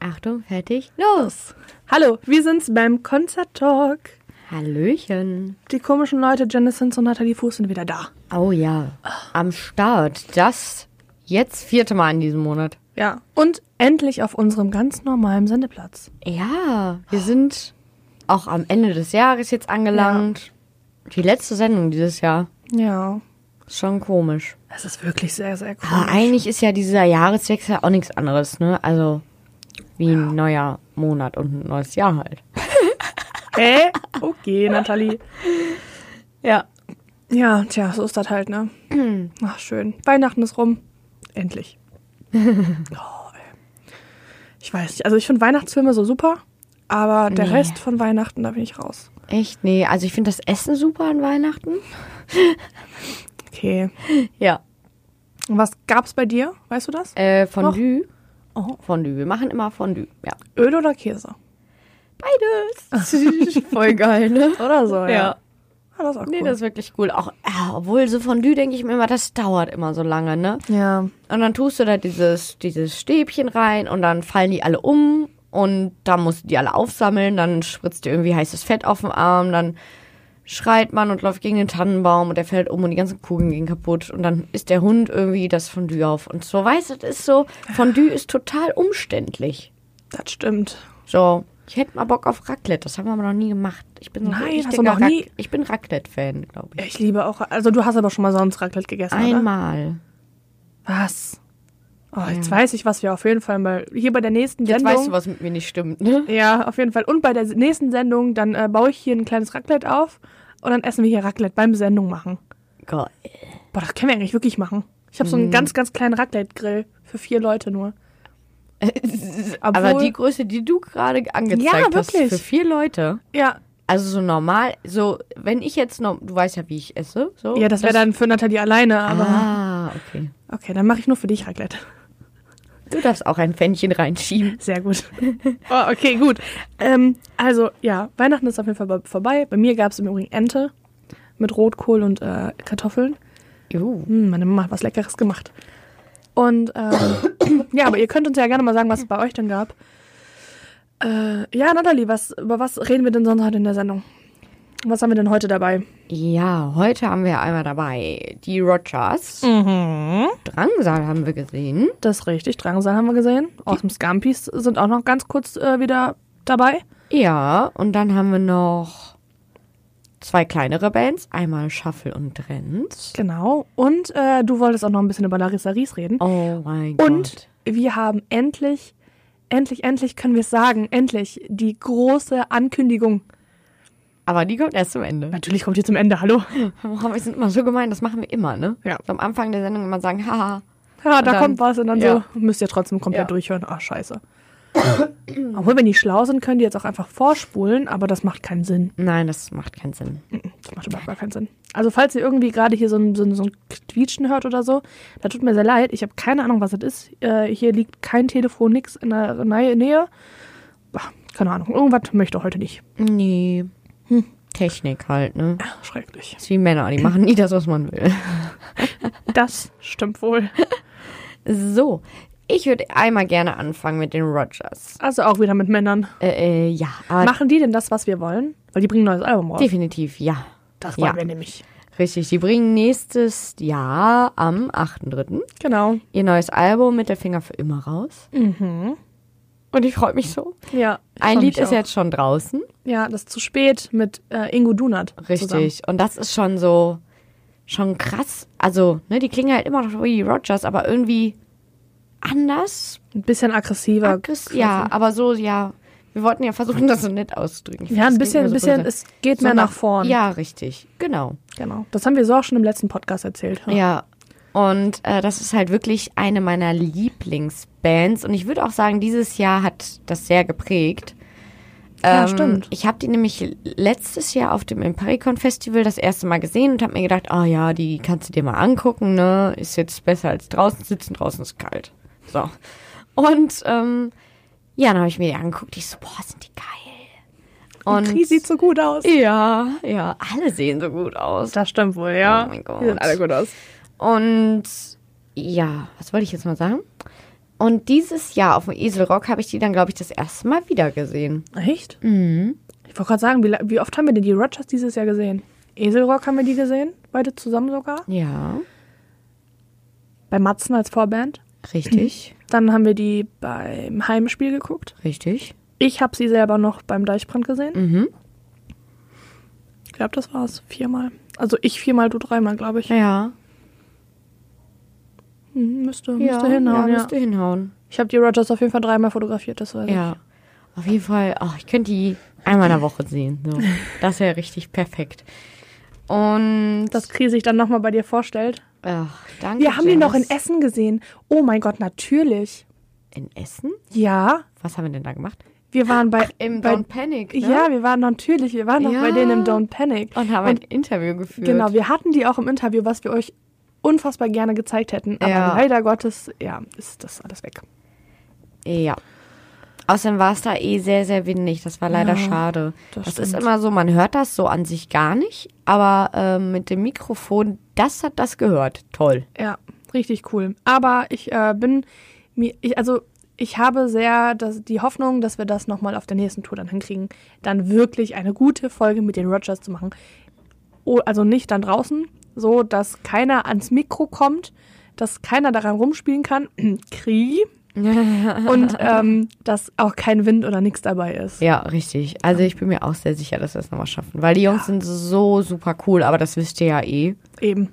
Achtung, fertig, los! Hallo, wir sind's beim Concert Talk. Hallöchen. Die komischen Leute Jennison und Nathalie Fuß sind wieder da. Oh ja, am Start. Das jetzt vierte Mal in diesem Monat. Ja. Und endlich auf unserem ganz normalen Sendeplatz. Ja, wir sind auch am Ende des Jahres jetzt angelangt. Die letzte Sendung dieses Jahr. Ja. Ist schon komisch. Es ist wirklich sehr, sehr cool. Aber eigentlich ist ja dieser Jahreswechsel auch nichts anderes, ne? Also wie ein neuer Monat und ein neues Jahr halt. Hä? Okay, Nathalie. Ja. Ja, tja, so ist das halt, ne? Ach, schön. Weihnachten ist rum. Endlich. Oh, ey. ich weiß nicht. Also, ich finde Weihnachtsfilme so super, aber der Nee. Rest von Weihnachten, da bin ich raus. Echt? Nee, also ich finde das Essen super an Weihnachten. Okay. Ja. Und was gab's bei dir? Weißt du das? Äh, Fondue. Oh. Fondue. Wir machen immer Fondue. Ja. Öl oder Käse? Beides. Voll geil, ne? Oder so, ja. Ja. Ah, das ist auch Nee, cool. das ist wirklich cool. Auch, ja, obwohl so Fondue denke ich mir immer, das dauert immer so lange, ne? ja. Und dann tust du da dieses, dieses Stäbchen rein und dann fallen die alle um und dann musst du die alle aufsammeln, dann spritzt dir irgendwie heißes Fett auf den Arm, dann schreit man und läuft gegen den Tannenbaum und der fällt um und die ganzen Kugeln gehen kaputt und dann ist der Hund irgendwie das Fondue auf. Und so, weißt du, das ist so, Fondue ist total umständlich. Das stimmt. So, ich hätte mal Bock auf Raclette, das haben wir aber noch nie gemacht. Ich bin so Nein, ein hast du richtiger noch nie? Rac- Ich bin Raclette-Fan, glaube ich. Ja, Ich liebe auch. Also du hast aber schon mal sonst Raclette gegessen, oder? Einmal. Was? Oh, jetzt weiß ich, was wir auf jeden Fall mal hier bei der nächsten Jetzt Sendung. weißt du, was mit mir nicht stimmt, ne? Ja, auf jeden Fall. Und bei der nächsten Sendung, dann äh, baue ich hier ein kleines Raclette auf und dann essen wir hier Raclette beim Sendung machen. Geil. Boah, das können wir eigentlich wirklich machen. Ich habe so Mhm. einen ganz, ganz kleinen Raclette-Grill für vier Leute nur. Aber Obwohl- die Größe, die du gerade angezeigt Ja, hast, wirklich. für vier Leute. Ja, Also so normal, so wenn ich jetzt noch, du weißt ja, wie ich esse, so. ja das wäre dann für Nathalie alleine, aber Ah, okay. okay, dann mache ich nur für dich Raclette. Du darfst auch ein Pfännchen reinschieben. Sehr gut. Oh, okay, gut. Ähm, also, ja, Weihnachten ist auf jeden Fall bei- vorbei. Bei mir gab es im Übrigen Ente mit Rotkohl und äh, Kartoffeln. Juhu. Hm, meine Mama hat was Leckeres gemacht. Und ähm, ja, aber ihr könnt uns ja gerne mal sagen, was es bei euch denn gab. Äh, ja, Nathalie, was, über was reden wir denn sonst heute in der Sendung? Was haben wir denn heute dabei? Ja, heute haben wir einmal dabei die Rogers. Mhm. Drangsal haben wir gesehen. Das ist richtig, Drangsal haben wir gesehen. Aus dem Scampis sind auch noch ganz kurz äh, wieder dabei. Ja, und dann haben wir noch zwei kleinere Bands. Einmal Shuffle und Drenz. Genau. Und äh, du wolltest auch noch ein bisschen über Larissa Ries reden. Oh mein Gott. Und wir haben endlich, endlich, endlich können wir es sagen, endlich die große Ankündigung. Aber die kommt erst zum Ende. Natürlich kommt ihr zum Ende, hallo. Oh, wir sind immer so gemein, das machen wir immer, ne? Ja. So am Anfang der Sendung immer sagen, haha. Ja, da dann- kommt was und dann ja. so müsst ihr trotzdem komplett Ja. durchhören. Ah, scheiße. Obwohl, wenn die schlau sind, können die jetzt auch einfach vorspulen, aber das macht keinen Sinn. Nein, das macht keinen Sinn. Das macht überhaupt gar keinen Sinn. Also, falls ihr irgendwie gerade hier so ein, so, ein, so ein Quietschen hört oder so, da tut mir sehr leid. Ich habe keine Ahnung, was das ist. Äh, hier liegt kein Telefon, nix in der Nähe. Nähe. Ah, keine Ahnung. Irgendwas möchte heute nicht. Nee. Hm. Technik halt, ne? Schrecklich. Ist wie Männer, die machen nie das, was man will. Das stimmt wohl. So, ich würde einmal gerne anfangen mit den Rogers. Also auch wieder mit Männern. Äh, äh ja, aber Machen die denn das, was wir wollen? Weil die bringen ein neues Album raus. definitiv ja. Das wollen wollen Ja. wir wir nämlich. Richtig, die bringen nächstes Jahr am 8.3. Genau. ihr neues Album Mittelfinger für immer raus. Mhm. Und ich freue mich so. Ja. Ein Lied ist ja. jetzt schon draußen. Ja, das ist zu spät mit äh, Ingo Dunat. Richtig. Zusammen. Und das ist schon so, schon krass. Also, ne, die klingen halt immer noch wie die Rogers, aber irgendwie anders. Ein bisschen aggressiver. Aggressiv. Ja, ne? aber so, ja. Wir wollten ja versuchen, das so nett auszudrücken. Ich Ja, weiß, ein das bisschen, klingt ein immer so bisschen, böse. es geht So mehr nach vorn. Ja, richtig. Genau. Genau. Das haben wir so auch schon im letzten Podcast erzählt. Ja. Und äh, das ist halt wirklich eine meiner Lieblingsbands. Und ich würde auch sagen, dieses Jahr hat das sehr geprägt. Ähm, Ja, stimmt. Ich habe die nämlich letztes Jahr auf dem Impericon Festival das erste Mal gesehen und habe mir gedacht, oh ja, die kannst du dir mal angucken, ne? Ist jetzt besser als draußen sitzen, draußen ist kalt. So. Und ähm, ja, dann habe ich mir die angeguckt. Ich so, boah, sind die geil. Und Kri sieht so gut aus. ja, ja, alle sehen so gut aus. Das stimmt wohl, ja. Oh mein Gott. Die sehen alle gut aus. Und ja, was wollte ich jetzt mal sagen? Und dieses Jahr auf dem Eselrock habe ich die dann, glaube ich, das erste Mal wieder gesehen. Echt? Ich wollte gerade sagen, wie, la- wie oft haben wir denn die Rogers dieses Jahr gesehen? Eselrock haben wir die gesehen, beide zusammen sogar. Ja, Bei Matzen als Vorband. richtig, Dann haben wir die beim Heimspiel geguckt. richtig. Ich habe sie selber noch beim Deichbrand gesehen. Mhm. Ich glaube, das war's. Viermal. Also ich viermal, du dreimal, glaube ich. Ja, Hm, müsste, ja, müsste hinhauen, ja, ja. müsste hinhauen. Ich habe die Rogers auf jeden Fall dreimal fotografiert, das weiß Ja, auf jeden Fall. Ach, ich könnte die einmal in der Woche sehen. So. Das wäre richtig perfekt. Und ich. Dass Kri sich dann nochmal bei dir vorstellt. ach, danke. Wir haben die noch in E- Janice. Essen gesehen. Oh mein Gott, natürlich. In Essen? Ja, Was haben wir denn da gemacht? wir waren bei... Im bei, Don't Panic. Ne? Ja, wir waren natürlich, wir waren noch Ja. Oh, bei denen im Don't Panic. Und haben Und ein Interview geführt. genau, wir hatten die auch im Interview, was wir euch unfassbar gerne gezeigt hätten. Aber Ja. leider Gottes, ja, ist das alles weg. Ja. Außerdem war es da eh sehr, sehr windig. Das war leider Ja, schade. das Das, ist stimmt. immer so, man hört das so an sich gar nicht, aber ähm, mit dem Mikrofon, das hat das gehört. Toll. Ja, richtig cool. Aber ich äh, bin mir, ich, also ich habe sehr das, die Hoffnung, dass wir das nochmal auf der nächsten Tour dann hinkriegen, dann wirklich eine gute Folge mit den Rogers zu machen. Oh, also nicht dann draußen, so dass keiner ans Mikro kommt, dass keiner daran rumspielen kann, Krieg, und ähm, dass auch kein Wind oder nichts dabei ist. Ja, richtig. Also ich bin mir auch sehr sicher, dass wir es nochmal schaffen. Weil die Jungs sind so super cool, aber das wisst ihr ja eh. Eben.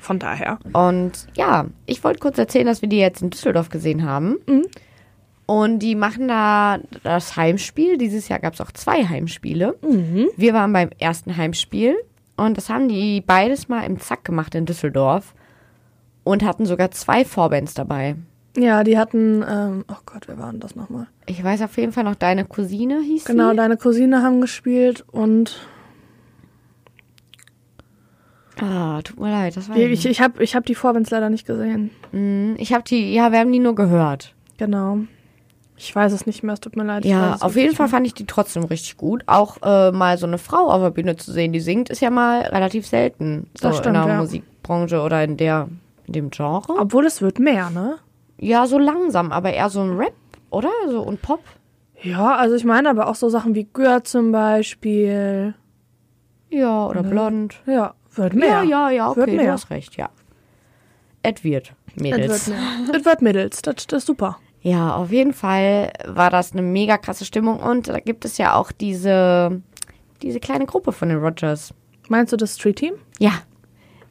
Von daher. Und ja, ich wollte kurz erzählen, dass wir die jetzt in Düsseldorf gesehen haben. Und die machen da das Heimspiel. Dieses Jahr gab es auch zwei Heimspiele. Wir waren beim ersten Heimspiel und das haben die beides mal im Zack gemacht in Düsseldorf und hatten sogar zwei Vorbands dabei. Ja, die hatten, ähm, oh Gott, wer war denn das nochmal? Ich weiß auf jeden Fall noch, deine Cousine hieß Genau, sie. deine Cousine haben gespielt und Ah, tut mir leid, das war ich, ich habe ich hab die Vorbands leider nicht gesehen. Mhm, ich habe die, ja, wir haben die nur gehört. Genau. Ich weiß es nicht mehr, es tut mir leid. ich weiß Ja, es auf wirklich jeden Fall fand ich die trotzdem richtig gut. Auch äh, mal so eine Frau auf der Bühne zu sehen, die singt, ist ja mal relativ selten. So Das stimmt, in der ja. Musikbranche oder in der in dem Genre. nicht. Obwohl es wird mehr, ne? Ja, so langsam, aber eher so ein Rap, oder? So und Pop. Ja, also ich meine aber auch so Sachen wie Gör zum Beispiel. Ja, oder blond. Ja, wird mehr. Ja, ja, ja, okay, Wird du mehr. hast recht, ja. Ed wird, Es Mädels. wird mehr. Es wird Mädels, das, das ist super. Ja, auf jeden Fall war das eine mega krasse Stimmung und da gibt es ja auch diese, diese kleine Gruppe von den Rogers. Meinst du das Street Team? Ja.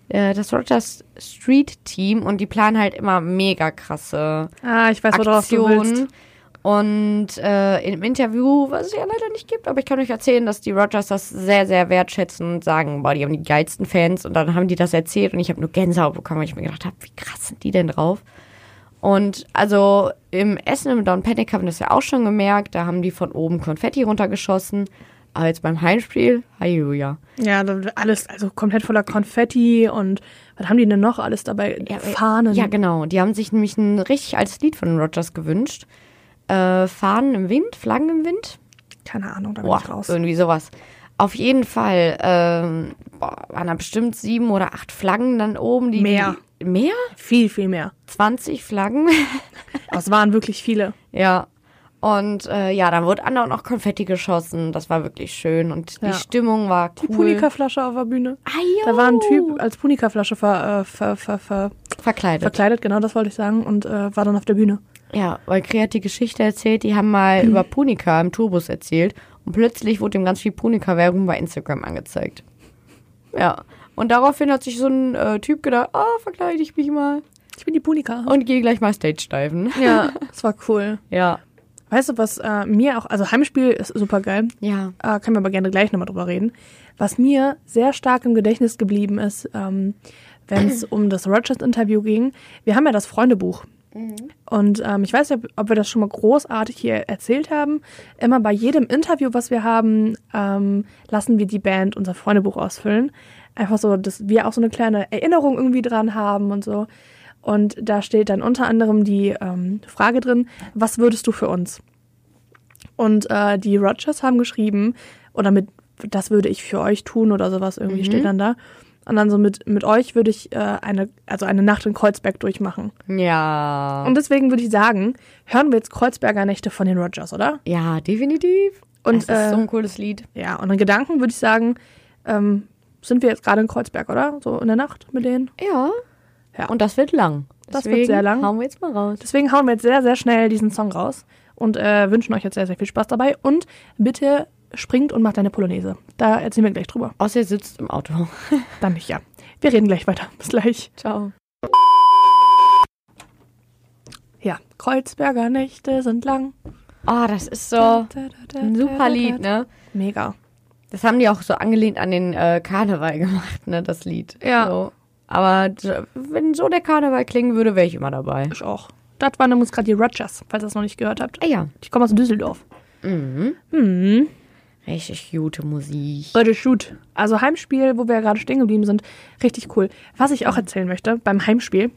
Äh, Das Rogers Street Team und die planen halt immer mega krasse Ah, ich weiß, worauf du willst. Aktionen. Und äh, im Interview, was es ja leider nicht gibt, aber ich kann euch erzählen, dass die Rogers das sehr, sehr wertschätzen und sagen, boah, die haben die geilsten Fans. Und dann haben die das erzählt und ich habe nur Gänsehaut bekommen, weil ich mir gedacht habe, wie krass sind die denn drauf? Und also im Essen im Down Panic haben wir das ja auch schon gemerkt, da haben die von oben Konfetti runtergeschossen. Aber jetzt beim Heimspiel, Halleluja. Ja, da wird alles, also komplett voller Konfetti und was haben die denn noch alles dabei? Ja, äh, Fahnen. Ja, genau. Die haben sich nämlich ein richtig altes Lied von den Rogers gewünscht. Äh, Fahnen im Wind, Flaggen im Wind. Keine Ahnung, da bin Boah, ich raus. irgendwie sowas. Auf jeden Fall ähm, boah, waren da bestimmt sieben oder acht Flaggen dann oben. Die, Mehr. Die, mehr? Viel, viel mehr. 20 Flaggen? Aber es waren wirklich viele. ja. Und äh, ja, dann wurde andauernd noch Konfetti geschossen. Das war wirklich schön. Und Ja. Ah, die Stimmung war cool. Punika-Flasche auf der Bühne. Ajo. Da war ein Typ als Punika-Flasche ver, äh, ver, ver, ver, verkleidet. verkleidet, genau das wollte ich sagen, und äh, war dann auf der Bühne. Ja, weil Krea hat die Geschichte erzählt, die haben mal über Punika im Tourbus erzählt und plötzlich wurde ihm ganz viel Punika-Werbung bei Instagram angezeigt. Ja. Und daraufhin hat sich so ein äh, Typ gedacht, ah, verkleide ich mich mal Ich bin die Punika. und gehe gleich mal Stage diven. ja, das war cool. Ja. Weißt du, was äh, mir auch, also Heimspiel ist super geil, Ja. äh, können wir aber gerne gleich nochmal drüber reden. Was mir sehr stark im Gedächtnis geblieben ist, ähm, wenn es um das Rogers-Interview ging, wir haben ja das Freundebuch. Und ähm, ich weiß nicht, ob- ob wir das schon mal großartig hier erzählt haben. Immer bei jedem Interview, was wir haben, ähm, lassen wir die Band unser Freundebuch ausfüllen. Einfach so, dass wir auch so eine kleine Erinnerung irgendwie dran haben und so. Und da steht dann unter anderem die ähm, Frage drin, was würdest du für uns? Und äh, die Rogers haben geschrieben, oder mit, das würde ich für euch tun oder sowas irgendwie steht dann da. Und dann so mit, mit euch würde ich äh, eine, also eine Nacht in Kreuzberg durchmachen. Ja. Und deswegen würde ich sagen, hören wir jetzt Kreuzberger Nächte von den Rogers, oder? ja, definitiv. Und, das ist äh, so ein cooles Lied. Ja, und in Gedanken würde ich sagen, ähm, sind wir jetzt gerade in Kreuzberg, oder? So in der Nacht mit denen. Ja. Ja. Und das wird lang. Das wird Deswegen sehr lang. Hauen wir jetzt mal raus. Deswegen hauen wir jetzt sehr, sehr schnell diesen Song raus und äh, wünschen euch jetzt sehr, sehr viel Spaß dabei. Und bitte springt und macht eine Polonaise. Da erzählen wir gleich drüber. Außer ihr sitzt im Auto. Dann nicht, ja. Wir reden gleich weiter. Bis gleich. Ciao. Ja, Kreuzberger Nächte sind lang. Oh, das ist so Da, da, da, ein super da, da, Lied, da. ne? Mega. Das haben die auch so angelehnt an den äh, Karneval gemacht, ne, das Lied. Ja. So. Aber d- wenn so der Karneval klingen würde, wäre ich immer dabei. Ich auch. Das waren übrigens gerade die Rogers, falls ihr das noch nicht gehört habt. Ah ja. Ich komme aus Düsseldorf. Hm. Mhm. Mhm. Richtig gute Musik. Leute, shoot. Also Heimspiel, wo wir ja gerade stehen geblieben sind, richtig cool. Was ich auch erzählen möchte beim Heimspiel,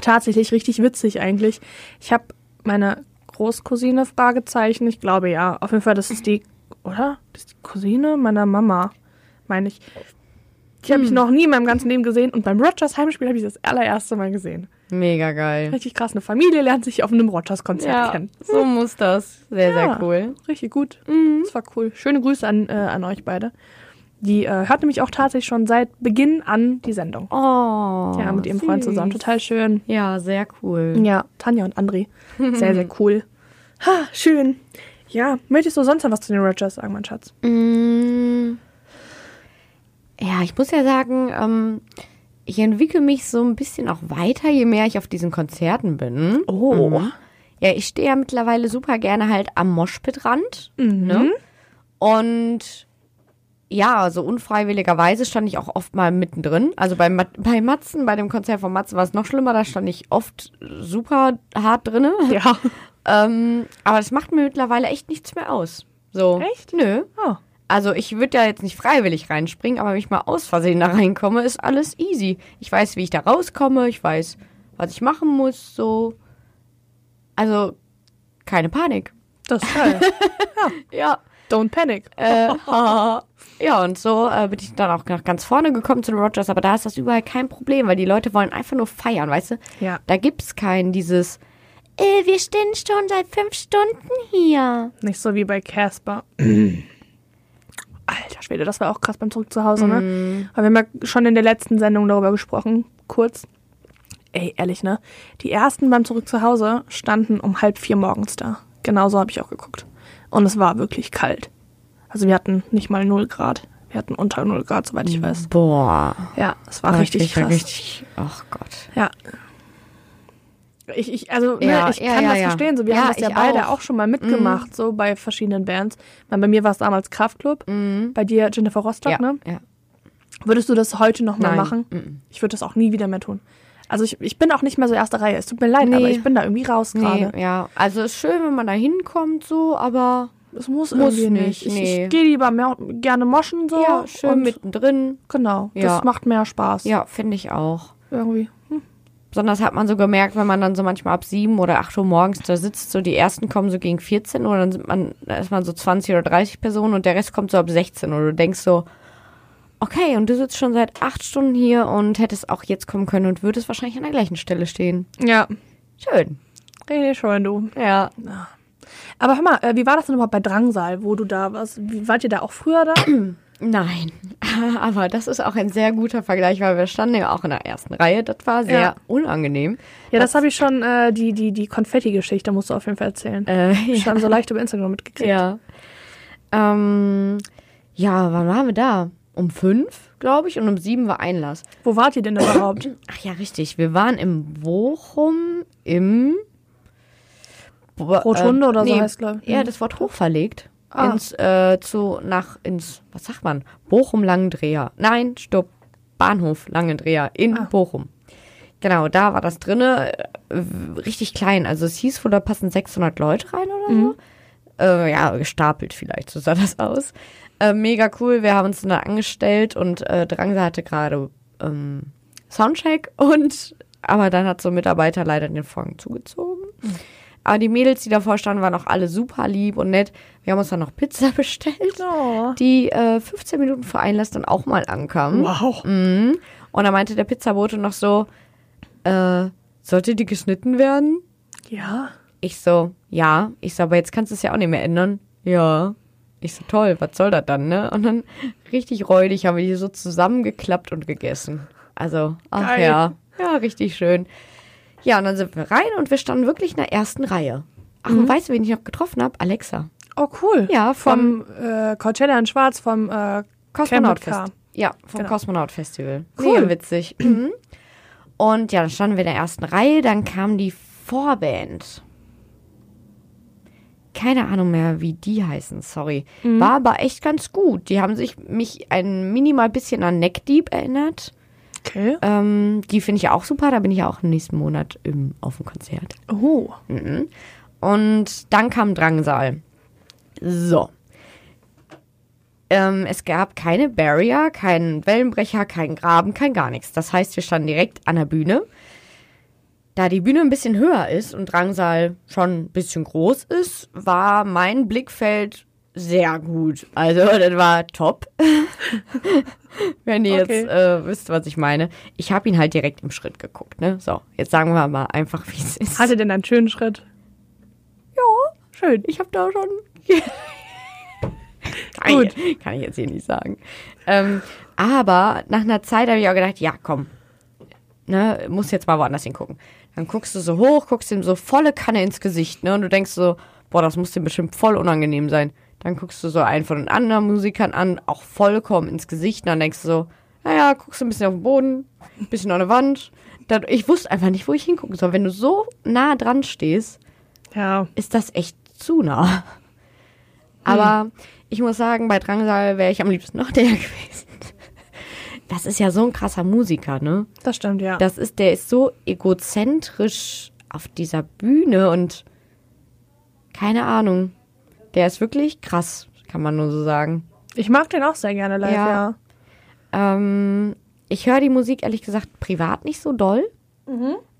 tatsächlich richtig witzig eigentlich. Ich habe meine Großcousine, Fragezeichen, ich glaube ja. Auf jeden Fall, das ist die, oder? Das ist die Cousine meiner Mama, meine ich. Die habe ich noch nie in meinem ganzen Leben gesehen und beim Rogers Heimspiel habe ich das allererste Mal gesehen. Mega geil. Richtig krass, eine Familie lernt sich auf einem Rogers-Konzert Ja, kennen. so muss das. Sehr, Ja. sehr cool. Richtig gut. Mhm. Das war cool. Schöne Grüße an, äh, an euch beide. Die äh, hört nämlich auch tatsächlich schon seit Beginn an die Sendung. Oh. ja, mit ihrem Freund süß. Mhm. zusammen. Total schön. Ja, sehr cool. Ja, Tanja und André. Sehr, sehr cool. Ha, schön. Ja, möchtest du sonst noch was zu den Rogers sagen, mein Schatz? Mm. Ja, ich muss ja sagen, ähm, ich entwickle mich so ein bisschen auch weiter, je mehr ich auf diesen Konzerten bin. Mhm. Oh. Ja, ich stehe ja mittlerweile super gerne halt am Moschpitrand. Mhm. Ne? Und ja, so unfreiwilligerweise stand ich auch oft mal mittendrin. Also bei, Mat bei Matzen, bei dem Konzert von Matzen war es noch schlimmer, da stand ich oft super hart drinne. Ja. Ähm, aber das macht mir mittlerweile echt nichts mehr aus. So. Echt? Nö. Oh. Also ich würde ja jetzt nicht freiwillig reinspringen, aber wenn ich mal aus Versehen da reinkomme, ist alles easy. Ich weiß, wie ich da rauskomme, ich weiß, was ich machen muss, so. Also, keine Panik. Das ist geil. Ja. Don't panic. Äh, haha. ja, und so äh, bin ich dann auch nach ganz vorne gekommen zu den Rogers, aber da ist das überall kein Problem, weil die Leute wollen einfach nur feiern, weißt du? Ja. Da gibt's kein dieses, äh, wir stehen schon seit fünf Stunden hier. Nicht so wie bei Casper. Alter Schwede, das war auch krass beim Zurück zu Hause, ne? Aber wir haben ja schon in der letzten Sendung darüber gesprochen, kurz. Ey, ehrlich, ne? Die ersten beim Zurück zu Hause standen um halb vier morgens da. Genauso habe ich auch geguckt. Und es war wirklich kalt. Also wir hatten nicht mal null Grad. Wir hatten unter null Grad, soweit ich weiß. Boah. Ja, es war richtig ich war krass. Richtig, ach Gott. Ja. Ich, ich, also, Ja, ne, ich ja, kann ja, das ja. verstehen. So, wir Ja, haben das ja ich beide auch. auch. Mhm. schon mal mitgemacht, so bei verschiedenen Bands. Weil bei mir war es damals Kraftklub, bei dir Jennifer Rostock, Mhm. Ja, ne? ja. Würdest du das heute Nein. nochmal Mhm. machen? Ich würde das auch nie wieder mehr tun. Also ich, ich bin auch nicht mehr so erste Reihe. Es tut mir leid, Nee. aber ich bin da irgendwie raus gerade. Nee, ja. Also ist schön, wenn man da hinkommt, so, aber Es muss, Muss irgendwie nicht. nicht, Ich, nee. ich gehe lieber mehr, gerne moschen so. ja, schön und mittendrin. Genau, das Ja. macht mehr Spaß. Ja, finde ich auch. Irgendwie. Besonders hat man so gemerkt, wenn man dann so manchmal ab sieben oder acht Uhr morgens da sitzt, so die ersten kommen so gegen 14 Uhr, dann sind man, da ist man so 20 oder 30 Personen und der Rest kommt so ab 16 Uhr. Du denkst so, okay, und du sitzt schon seit acht Stunden hier und hättest auch jetzt kommen können und würdest wahrscheinlich an der gleichen Stelle stehen. Ja, Schön. rede schon du. Ja. Aber hör mal, äh, wie war das denn überhaupt bei Drangsal, wo du da warst? Wie, wart ihr da auch früher da? Nein, aber das ist auch ein sehr guter Vergleich, weil wir standen ja auch in der ersten Reihe. Das war sehr Ja. unangenehm. Ja, das habe ich schon, äh, die, die, die Konfetti-Geschichte musst du auf jeden Fall erzählen. Äh, Ich habe so leicht über Instagram mitgekriegt. ja. Ähm, ja, wann waren wir da? Um fünf, glaube ich, und um sieben war Einlass. Wo wart ihr denn überhaupt? Ach ja, richtig. Wir waren im Bochum im Bo- äh, Rotunde oder so heißt, glaub ich. Ja, das Wort hochverlegt. Ah. Ins, äh, zu, nach, ins, was sagt man? Bochum Langendreher. Nein, stopp. Bahnhof Langendreher in Ah. Bochum. Genau, da war das drinne. Äh, w- richtig klein. Also es hieß wohl, da passen 600 Leute rein oder Mhm. so. Äh, ja, gestapelt vielleicht, so sah das aus. Äh, mega cool, wir haben uns da angestellt und äh, Drangsal hatte gerade ähm, Soundcheck und aber dann hat so ein Mitarbeiter leider den Vorhang zugezogen. Aber die Mädels, die davor standen, waren auch alle super lieb und nett. Wir haben uns dann noch Pizza bestellt, Oh. die äh, 15 Minuten vor Einlass dann auch mal ankam. Wow. Mhm. Und dann meinte der Pizzabote noch so, äh, sollte die geschnitten werden? Ja. Ich so, ja. Ich so, aber jetzt kannst du es ja auch nicht mehr ändern. Ja. Ich so, toll, was soll das dann, ne? Und dann richtig räudig haben wir die so zusammengeklappt und gegessen. Also, ach Geil. ja. Ja, richtig schön. Ja, und dann sind wir rein und wir standen wirklich in der ersten Reihe. Ach, und weißt du, wen ich noch getroffen habe? Alexa. Oh, cool. Ja, vom Vom äh, Coachella in Schwarz, vom äh, Campbell Kosmonautfest. Car. Ja, vom Genau. Kosmonaut-Festival. Cool. Mega witzig. Mhm. und ja, dann standen wir in der ersten Reihe, dann kam die Vorband. Keine Ahnung mehr, wie die heißen, sorry. Mhm. War aber echt ganz gut. Die haben sich mich ein minimal bisschen an Neck Deep erinnert. Okay. Ähm, die finde ich auch super, da bin ich ja auch im nächsten Monat im, auf dem Konzert. Oh. Mhm. Und dann kam Drangsal. So. Ähm, es gab keine Barrier, keinen Wellenbrecher, keinen Graben, kein gar nichts. Das heißt, wir standen direkt an der Bühne. Da die Bühne ein bisschen höher ist und Drangsal schon ein bisschen groß ist, war mein Blickfeld sehr gut. Also, das war top. Wenn ihr Okay. jetzt äh, wisst, was ich meine. Ich habe ihn halt direkt im Schritt geguckt. Ne? So, jetzt sagen wir mal einfach, wie es ist. Hatte denn einen schönen Schritt? Ja, schön. Ich habe da schon. kann, Gut. Ich, kann ich jetzt hier nicht sagen. Ähm, aber nach einer Zeit habe ich auch gedacht, ja, komm. Ne, muss jetzt mal woanders hingucken. Dann guckst du so hoch, guckst ihm so volle Kanne ins Gesicht, ne? Und du denkst so, boah, das muss dem bestimmt voll unangenehm sein. Dann guckst du so einen von den anderen Musikern an, auch vollkommen ins Gesicht. Und dann denkst du so, naja, guckst du ein bisschen auf den Boden, ein bisschen an der Wand. Dann, ich wusste einfach nicht, wo ich hingucken soll. Wenn du so nah dran stehst, Ja. ist das echt zu nah. Aber ich muss sagen, bei Drangsal wäre ich am liebsten noch der gewesen. Das ist ja so ein krasser Musiker, ne? Das stimmt, ja. Das ist, der ist so egozentrisch auf dieser Bühne und keine Ahnung. Der ist wirklich krass, kann man nur so sagen. ich mag den auch sehr gerne live, Ja. ja. Ähm, ich höre die Musik ehrlich gesagt privat nicht so doll.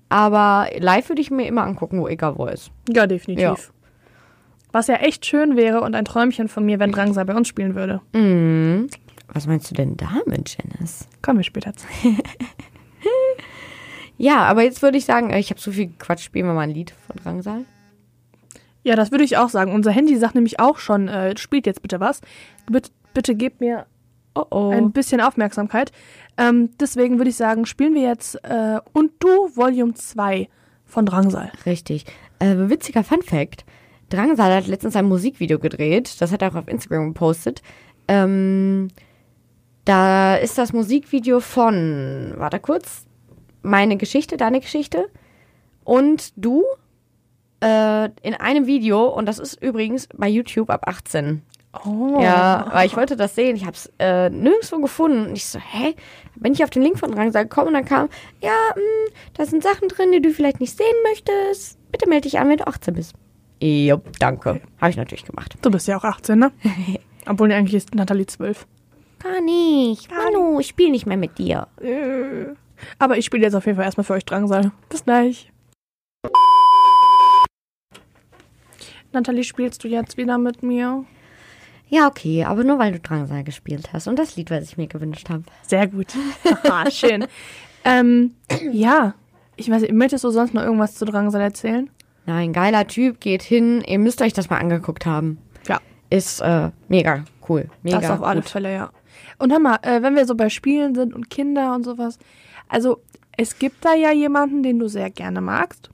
Aber live würde ich mir immer angucken, wo Ega wo ist. Ja, definitiv. Ja. Was ja echt schön wäre und ein Träumchen von mir, wenn Drangsal bei uns spielen würde. Was meinst du denn damit, Janice? Kommen wir später zu. Ja, aber jetzt würde ich sagen, äh, ich habe so viel Quatsch, spielen wir mal ein Lied von Drangsal. Ja, das würde ich auch sagen. Unser Handy sagt nämlich auch schon, äh, spielt jetzt bitte was. Bitte, bitte gebt mir Oh oh. ein bisschen Aufmerksamkeit. Ähm, deswegen würde ich sagen, spielen wir jetzt äh, Und du Volume 2 von Drangsal. Richtig. Äh, witziger Fun Fact. Drangsal hat letztens ein Musikvideo gedreht, das hat er auch auf Instagram gepostet. Ähm, da ist das Musikvideo von, warte kurz, meine Geschichte, deine Geschichte und du äh, in einem Video und das ist übrigens bei YouTube ab 18. Oh. Ja, weil ich wollte das sehen. Ich hab's äh, nirgendwo gefunden. Und ich so, hä? Bin ich auf den Link von Drangsal gekommen und dann kam, ja, mh, da sind Sachen drin, die du vielleicht nicht sehen möchtest. Bitte melde dich an, wenn du 18 bist. Jupp, danke. Habe ich natürlich gemacht. Du bist ja auch 18, ne? Obwohl nee, eigentlich ist Nathalie 12. Gar nicht. Manu, ich spiele nicht mehr mit dir. Aber ich spiele jetzt auf jeden Fall erstmal für euch Drangsal. Bis gleich. Nathalie, spielst du jetzt wieder mit mir? Ja, okay, aber nur weil du Drangsal gespielt hast und das Lied, was ich mir gewünscht habe. Sehr gut. Haha, Ah, schön. ähm, ja, ich weiß nicht, möchtest du sonst noch irgendwas zu Drangsal erzählen? Nein, geiler Typ, geht hin. Ihr müsst euch das mal angeguckt haben. Ja, Ist äh, mega cool. Mega das auf alle gut. Fälle, ja. Und hör mal, äh, wenn wir so bei Spielen sind und Kinder und sowas, also es gibt da ja jemanden, den du sehr gerne magst.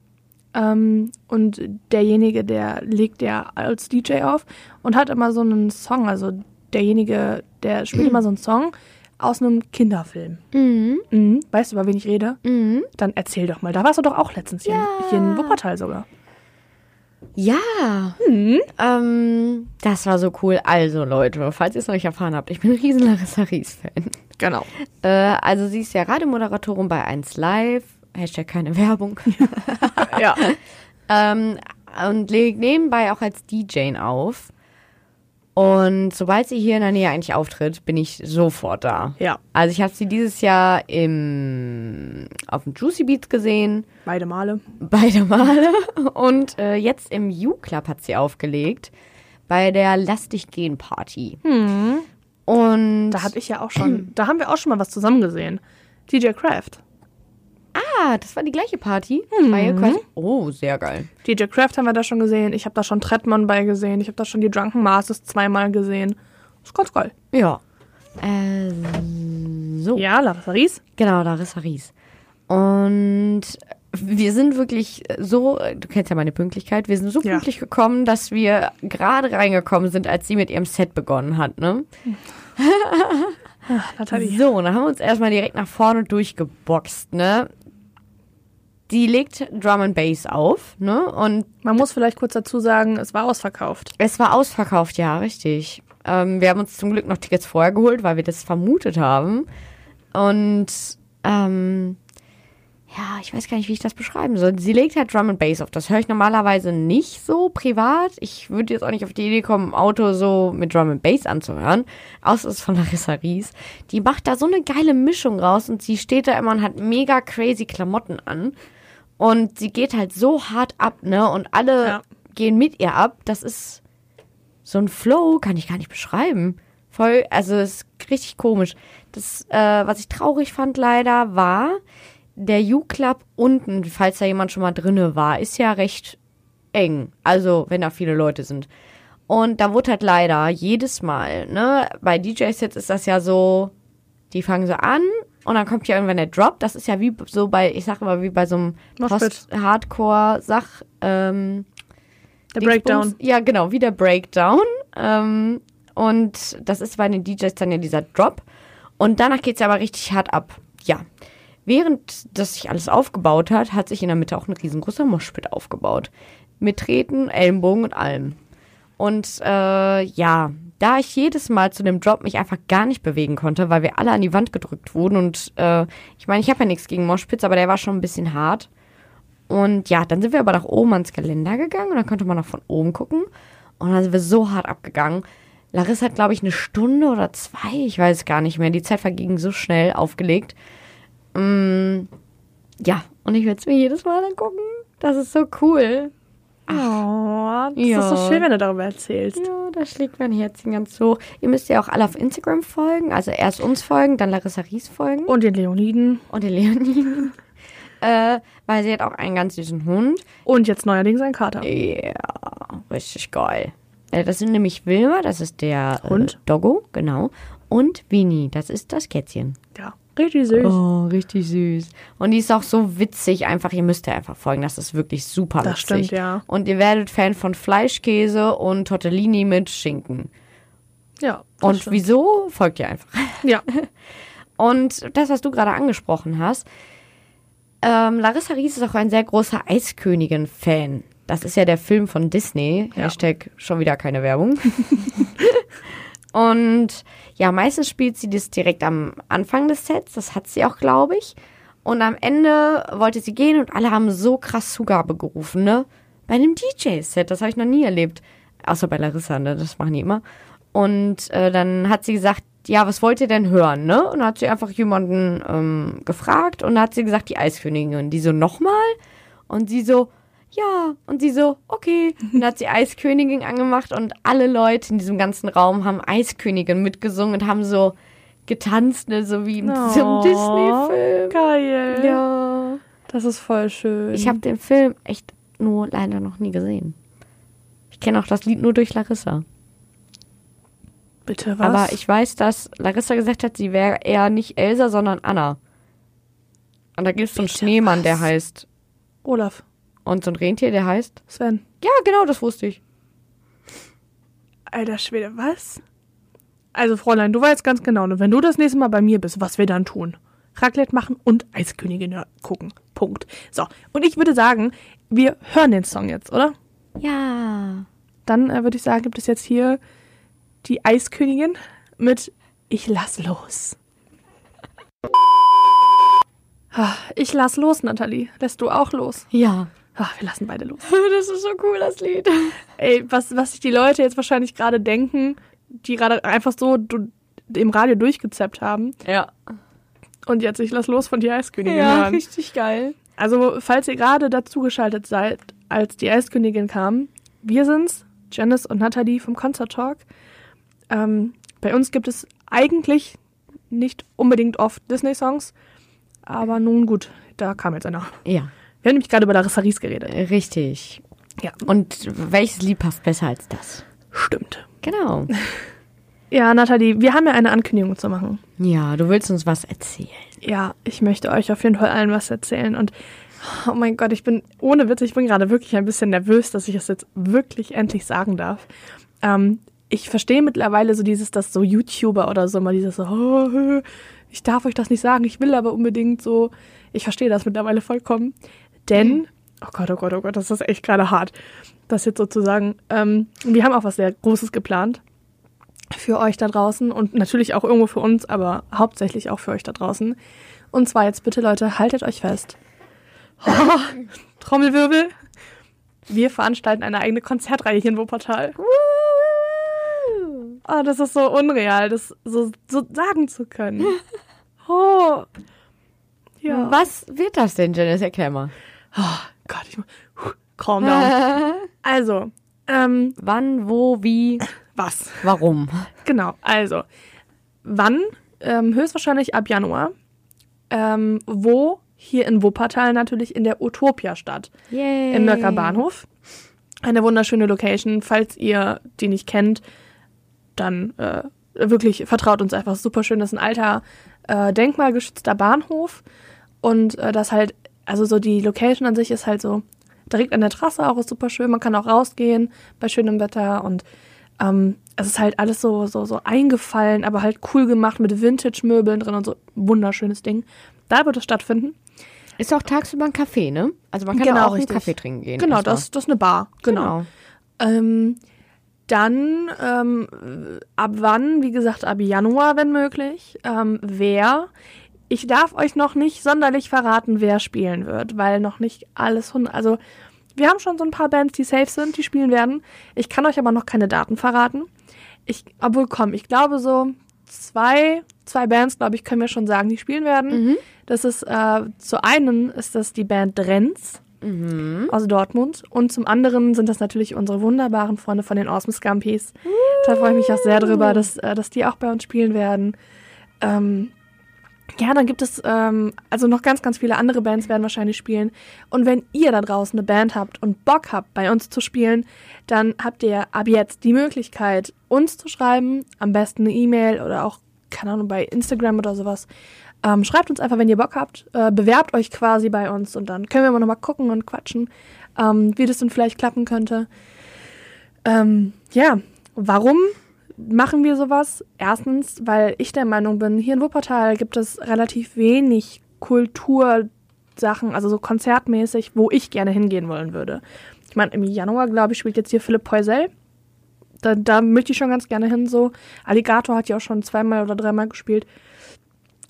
Ähm, und derjenige, der legt ja als DJ auf und hat immer so einen Song, also derjenige, der spielt immer so einen Song aus einem Kinderfilm. Mhm. Mhm. Weißt du, über wen ich rede? Mhm. Dann erzähl doch mal. Da warst du doch auch letztens hier, Ja. in, hier in Wuppertal sogar. Ja. Hm. Ähm, das war so cool. Also, Leute, falls ihr es noch nicht erfahren habt, ich bin ein riesen Larissa Ries-Fan. Genau. Äh, also, sie ist ja Radiomoderatorin bei 1 Live. Hashtag keine Werbung. Ja. ähm, und legt nebenbei auch als DJ auf. Und sobald sie hier in der Nähe eigentlich auftritt, bin ich sofort da. Ja, Also ich habe sie dieses Jahr im, auf dem Juicy Beats gesehen, beide Male. beide Male. Und äh, jetzt im U-Club hat sie aufgelegt, bei der Lass dich gehen Party. Und Hm. Da habe ich ja auch schon, da haben wir auch schon mal was zusammen gesehen. DJ Kraft. ah, das war die gleiche Party. War Hm. ja quasi- Oh, sehr geil. DJ Kraft haben wir da schon gesehen. Ich habe da schon Trettmann bei gesehen. Ich habe da schon die Drunken Masters zweimal gesehen. Ist ganz geil. Ja. Äh, so. Ja, Larissa Ries. Genau, Larissa Ries. Und wir sind wirklich so, du kennst ja meine Pünktlichkeit, wir sind so Ja. pünktlich gekommen, dass wir gerade reingekommen sind, als sie mit ihrem Set begonnen hat, ne? Nathalie. So, und dann haben wir uns erstmal direkt nach vorne durchgeboxt, ne? Die legt Drum and Bass auf, ne? Und Man muss vielleicht kurz dazu sagen, es war ausverkauft. es war ausverkauft, ja, richtig. Ähm, wir haben uns zum Glück noch Tickets vorher geholt, weil wir das vermutet haben. Und ähm, ja, ich weiß gar nicht, wie ich das beschreiben soll. Sie legt halt Drum and Bass auf. Das höre ich normalerweise nicht so privat. Ich würde jetzt auch nicht auf die Idee kommen, ein Auto so mit Drum and Bass anzuhören. Außer es ist von Larissa Ries. Die macht da so eine geile Mischung raus und sie steht da immer und hat mega crazy Klamotten an. Und sie geht halt so hart ab, ne? Und alle Ja. gehen mit ihr ab. Das ist so ein Flow, kann ich gar nicht beschreiben. Voll, also es ist richtig komisch. Das, äh, was ich traurig fand leider, war der U-Club unten, falls da jemand schon mal drinne war, ist ja recht eng. Also, wenn da viele Leute sind. Und da wurde halt leider jedes Mal, ne, bei DJ-Sets ist das ja so, die fangen so an und dann kommt ja irgendwann der Drop. Das ist ja wie so bei, ich sag immer, wie bei so einem Moshpit. Post-Hardcore-Sach, ähm, Der Dingsbums- Breakdown. Ja, genau, wie der Breakdown. Ähm, und das ist bei den DJs dann ja dieser Drop. Und danach geht's ja aber richtig hart ab. Ja. Während das sich alles aufgebaut hat, hat sich in der Mitte auch ein riesengroßer Moshpit aufgebaut. Mit Treten, Ellenbogen und allem. Und äh, ja, da ich jedes Mal zu dem Drop mich einfach gar nicht bewegen konnte, weil wir alle an die Wand gedrückt wurden und äh, ich meine, ich habe ja nichts gegen Moshpits, aber der war schon ein bisschen hart. Und ja, dann sind wir aber nach oben ans Geländer gegangen und dann konnte man noch von oben gucken. Und dann sind wir so hart abgegangen. Larissa hat, glaube ich, eine Stunde oder zwei, ich weiß gar nicht mehr. Die Zeit verging so schnell aufgelegt. Mm, ja, und ich werde es mir jedes Mal angucken. Das ist so cool. Oh, das Ja. ist so schön, wenn du darüber erzählst. Ja, da schlägt mein Herzchen ganz hoch. Ihr müsst ja auch alle auf Instagram folgen. Also erst uns folgen, dann Larissa Ries folgen Und den Leoniden. und den Leonie. äh, weil sie hat auch einen ganz süßen Hund. Und jetzt neuerdings ein Kater. Ja, richtig geil. Äh, Das sind nämlich Wilma, das ist der Hund. Äh, Doggo, genau. Und Vini, das ist das Kätzchen. Ja, richtig süß. Oh, richtig süß. Und die ist auch so witzig, einfach, ihr müsst ihr einfach folgen, das ist wirklich super Das witzig. stimmt, ja. Und ihr werdet Fan von Fleischkäse und Tortellini mit Schinken. Ja. das Und stimmt. wieso? Folgt ihr einfach. Ja. Und das, was du gerade angesprochen hast, ähm, Larissa Ries ist auch ein sehr großer Eiskönigin-Fan. Das ist ja der Film von Disney. Ja. Hashtag schon wieder keine Werbung. Und ja, meistens spielt sie das direkt am Anfang des Sets. Das hat sie auch, glaube ich. Und am Ende wollte sie gehen und alle haben so krass Zugabe gerufen, ne? Bei einem DJ-Set. Das habe ich noch nie erlebt. Außer bei Larissa, ne? Das machen die immer. Und äh, dann hat sie gesagt, ja, was wollt ihr denn hören, ne? Und dann hat sie einfach jemanden ähm, gefragt und dann hat sie gesagt, die Eiskönigin. Und die so, nochmal? Und sie so, ja. Und sie so, okay. Und dann hat sie Eiskönigin angemacht und alle Leute in diesem ganzen Raum haben Eiskönigin mitgesungen und haben so getanzt, ne? so wie in diesem Oh, Disney-Film. Geil. Ja. Das ist voll schön. Ich habe den Film echt nur leider noch nie gesehen. Ich kenne auch das Lied nur durch Larissa. Bitte was? Aber ich weiß, dass Larissa gesagt hat, sie wäre eher nicht Elsa, sondern Anna. Und da gibt es so einen Bitte Schneemann, der was? heißt. Olaf, Und so ein Rentier, der heißt. Sven. Ja, genau, das wusste ich. Alter Schwede, was? Also, Fräulein, du weißt ganz genau, ne, wenn du das nächste Mal bei mir bist, was wir dann tun. Raclette machen und Eiskönigin gucken. Punkt. So, und ich würde sagen, wir hören den Song jetzt, oder? Ja. Dann äh, würde ich sagen, gibt es jetzt hier die Eiskönigin mit Ich lass los. Ah, Ich lass los, Nathalie. Lässt du auch los? Ja. Ach, wir lassen beide los. Das ist so cool, das Lied. Ey, was, was sich die Leute jetzt wahrscheinlich gerade denken, die gerade einfach so du, im Radio durchgezappt haben. Ja. Und jetzt, ich lass los von die Eiskönigin Ja, hören. richtig geil. Also, falls ihr gerade dazugeschaltet seid, als die Eiskönigin kam, wir sind's, Janice und Nathalie vom Concert Talk. Ähm, bei uns gibt es eigentlich nicht unbedingt oft Disney-Songs, aber nun gut, da kam jetzt einer. Ja, Wir haben nämlich gerade über Larissa Ries geredet. richtig. Ja, Und welches Lied passt besser als das? stimmt. Genau. Ja, Nathalie, wir haben ja eine Ankündigung zu machen. Ja, du willst uns was erzählen. Ja, ich möchte euch auf jeden Fall allen was erzählen. Und oh mein Gott, ich bin ohne Witz, ich bin gerade wirklich ein bisschen nervös, dass ich es jetzt wirklich endlich sagen darf. Ähm, ich verstehe mittlerweile so dieses, dass so YouTuber oder so mal dieses, so, oh, hö, ich darf euch das nicht sagen, ich will aber unbedingt so. Ich verstehe das mittlerweile vollkommen. Denn, oh Gott, oh Gott, oh Gott, das ist echt gerade hart, das jetzt sozusagen. Ähm, wir haben auch was sehr Großes geplant für euch da draußen und natürlich auch irgendwo für uns, aber hauptsächlich auch für euch da draußen. Und zwar jetzt bitte, Leute, haltet euch fest. Trommelwirbel. Wir veranstalten eine eigene Konzertreihe hier in Wuppertal. Oh, das ist so unreal, das so, so sagen zu können. Oh. Ja. Was wird das denn, Janice? Erklär mal. Gott, ich muss. Calm down. Also, ähm, Wann, wo, wie, was? warum? Genau, also wann? Ähm, höchstwahrscheinlich ab Januar. Ähm, wo? Hier in Wuppertal natürlich in der Utopia statt. Yay. Im Nöcker Bahnhof. Eine wunderschöne Location. Falls ihr die nicht kennt, dann äh, wirklich vertraut uns einfach. Super schön. Das ist ein alter äh, denkmalgeschützter Bahnhof. Und äh, das halt, also so die Location an sich ist halt so direkt an der Trasse auch, ist super schön. Man kann auch rausgehen bei schönem Wetter und ähm, es ist halt alles so, so, so eingefallen, aber halt cool gemacht mit Vintage-Möbeln drin und so. Wunderschönes Ding. Da wird es stattfinden. Ist auch tagsüber ein Kaffee, ne? Also man kann Genau, auch einen richtig. Kaffee trinken gehen. Genau, erstmal. das, das ist eine Bar. genau. Genau. Ähm, dann ähm, ab wann, wie gesagt, ab Januar, wenn möglich. Ähm, wer? Ich darf euch noch nicht sonderlich verraten, wer spielen wird, weil noch nicht alles hund. Also wir haben schon so ein paar Bands, die safe sind, die spielen werden. Ich kann euch aber noch keine Daten verraten. Ich, obwohl, komm, ich glaube so zwei, zwei Bands, glaube ich, können wir schon sagen, die spielen werden. Das ist äh, zu einen ist das die Band Drenz aus Dortmund. Und zum anderen sind das natürlich unsere wunderbaren Freunde von den Awesome Scampies. Da freue ich mich auch sehr drüber, dass, äh, dass die auch bei uns spielen werden. Ähm, ja, dann gibt es ähm, also noch ganz, ganz viele andere Bands werden wahrscheinlich spielen. Und wenn ihr da draußen eine Band habt und Bock habt, bei uns zu spielen, dann habt ihr ab jetzt die Möglichkeit, uns zu schreiben. Am besten eine E-Mail oder auch, keine Ahnung, bei Instagram oder sowas. Ähm, schreibt uns einfach, wenn ihr Bock habt. Äh, bewerbt euch quasi bei uns und dann können wir mal nochmal gucken und quatschen, ähm, wie das denn vielleicht klappen könnte. Ähm, ja, warum machen wir sowas? Erstens, weil ich der Meinung bin, hier in Wuppertal gibt es relativ wenig Kultursachen, also so konzertmäßig, wo ich gerne hingehen wollen würde. Ich meine, im Januar, glaube ich, spielt jetzt hier Philipp Poisel. Da, da möchte ich schon ganz gerne hin. So, Alligator hat ja auch schon zweimal oder dreimal gespielt.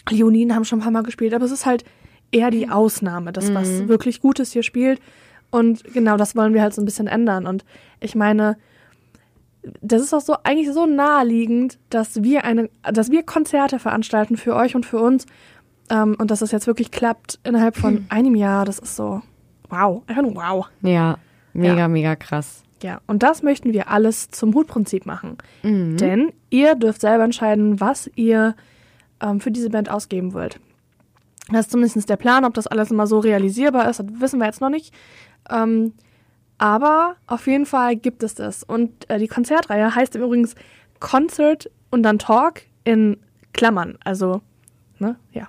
Leoninen haben schon ein paar Mal gespielt, aber es ist halt eher die Ausnahme, das, was wirklich Gutes hier spielt. Und genau das wollen wir halt so ein bisschen ändern. Und ich meine, das ist auch so eigentlich so naheliegend, dass wir eine, dass wir Konzerte veranstalten für euch und für uns. Ähm, und dass das jetzt wirklich klappt innerhalb von einem Jahr, das ist so wow, einfach nur wow. Genau. Ja, mega, mega krass. Ja, und das möchten wir alles zum Hutprinzip machen. Mhm. Denn ihr dürft selber entscheiden, was ihr ähm, für diese Band ausgeben wollt. Das ist zumindest der Plan. Ob das alles immer so realisierbar ist, das wissen wir jetzt noch nicht. Ähm, aber auf jeden Fall gibt es das. Und äh, die Konzertreihe heißt im Übrigen Concert und dann Talk in Klammern. Also, ne, ja.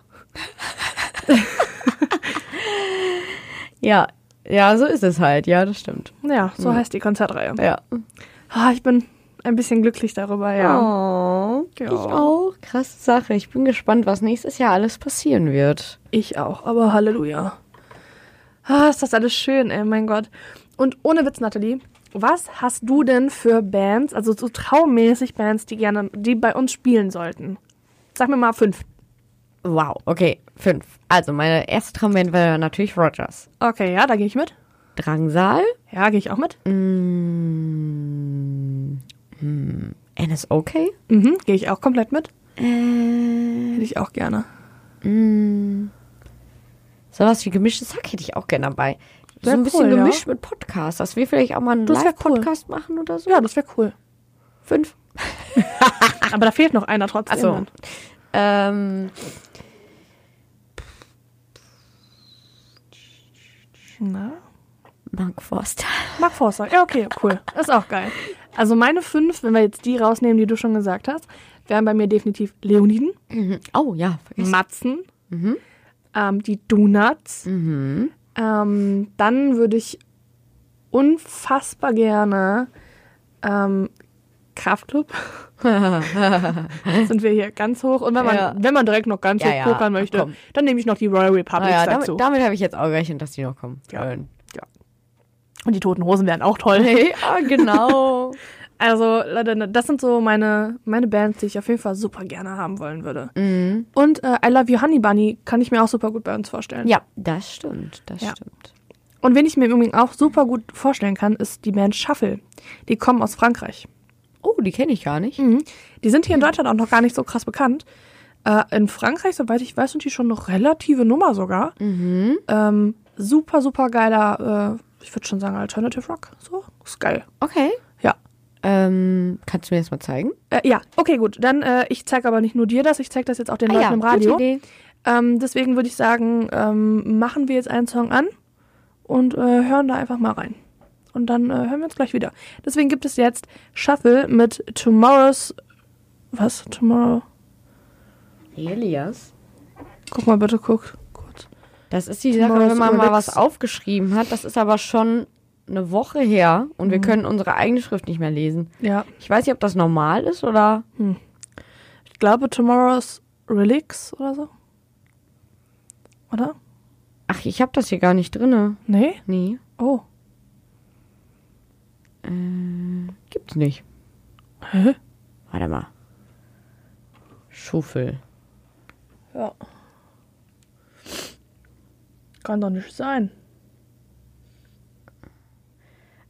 Ja, ja, so ist es halt. Ja, das stimmt. Ja, Mhm. so heißt die Konzertreihe. Ja. Ah, ich bin ein bisschen glücklich darüber, ja. Oh, Ja. Ich auch. Krasse Sache. Ich bin gespannt, was nächstes Jahr alles passieren wird. Ich auch, aber Halleluja. Ah, ist das alles schön, ey, mein Gott. Und ohne Witz, Nathalie, was hast du denn für Bands, also so traummäßig Bands, die gerne, die bei uns spielen sollten? Sag mir mal fünf. Wow, okay, fünf. Also meine erste Traumband war natürlich Rogers. Okay, ja, da gehe ich mit. Drangsal, Ja, gehe ich auch mit? NSOK, Mhm, gehe ich auch komplett mit. äh, Hätte ich auch gerne. sowas wie gemischtes Hack hätte ich auch gerne dabei. So Wär ein bisschen cool, ja. gemischt mit Podcast, dass wir vielleicht auch mal einen Das wär cool. Live-Podcast machen oder so. Ja, das wäre cool. Fünf. Aber da fehlt noch einer trotzdem. Achso. Ähm, Na? Mark Forster. Mark Forster. Ja, okay, cool. Das ist auch geil. Also meine fünf, wenn wir jetzt die rausnehmen, die du schon gesagt hast, wären bei mir definitiv Leoniden, Oh ja, vergessen. Matzen, Mhm. ähm, die Donuts. Ähm, dann würde ich unfassbar gerne ähm, Kraftclub. Sind wir hier ganz hoch. Und wenn man, Ja. wenn man direkt noch ganz Ja, hoch ja. pokern möchte, Komm. dann nehme ich noch die Royal Republic Naja, dazu. Ah, damit, damit habe ich jetzt auch gerechnet, dass die noch kommen. Ja. Schön. Und die Toten Hosen wären auch toll. Ja, genau. Also, Leute, ne, das sind so meine, meine Bands, die ich auf jeden Fall super gerne haben wollen würde. Mhm. Und äh, I Love You Honey Bunny kann ich mir auch super gut bei uns vorstellen. ja, das stimmt, das Ja. stimmt. Und wen ich mir im Übrigen auch super gut vorstellen kann, ist die Band Shuffle. Die kommen aus Frankreich. Oh, die kenne ich gar nicht. Die sind hier in Deutschland auch noch gar nicht so krass bekannt. Äh, in Frankreich, soweit ich weiß, sind die schon eine relative Nummer sogar. Mhm. Ähm, super, super geiler, äh, ich würde schon sagen, Alternative Rock. So, ist geil. Okay. Ja. Ähm, kannst du mir das mal zeigen? Äh, ja, okay, gut. Dann, äh, ich zeige aber nicht nur dir das, ich zeige das jetzt auch den Leuten im Radio. Ah Gute Idee. Ähm, deswegen würde ich sagen, ähm, machen wir jetzt einen Song an und äh, hören da einfach mal rein. Und dann äh, hören wir uns gleich wieder. Deswegen gibt es jetzt Shuffle mit Tomorrow's. Was? Tomorrow? Elias. Guck mal bitte, guck. Kurz. Das ist die Sache, Tomorrow's wenn man mal Remix. was aufgeschrieben hat. Das ist aber schon eine Woche her und wir können unsere eigene Schrift nicht mehr lesen. Ja. Ich weiß nicht, ob das normal ist oder. Ich glaube Tomorrow's Relics oder so. Oder? Ach, ich habe das hier gar nicht drinne. Nee? Nee, Oh. gibt's nicht. Hä? Warte mal. Schuffel. Ja. Kann doch nicht sein.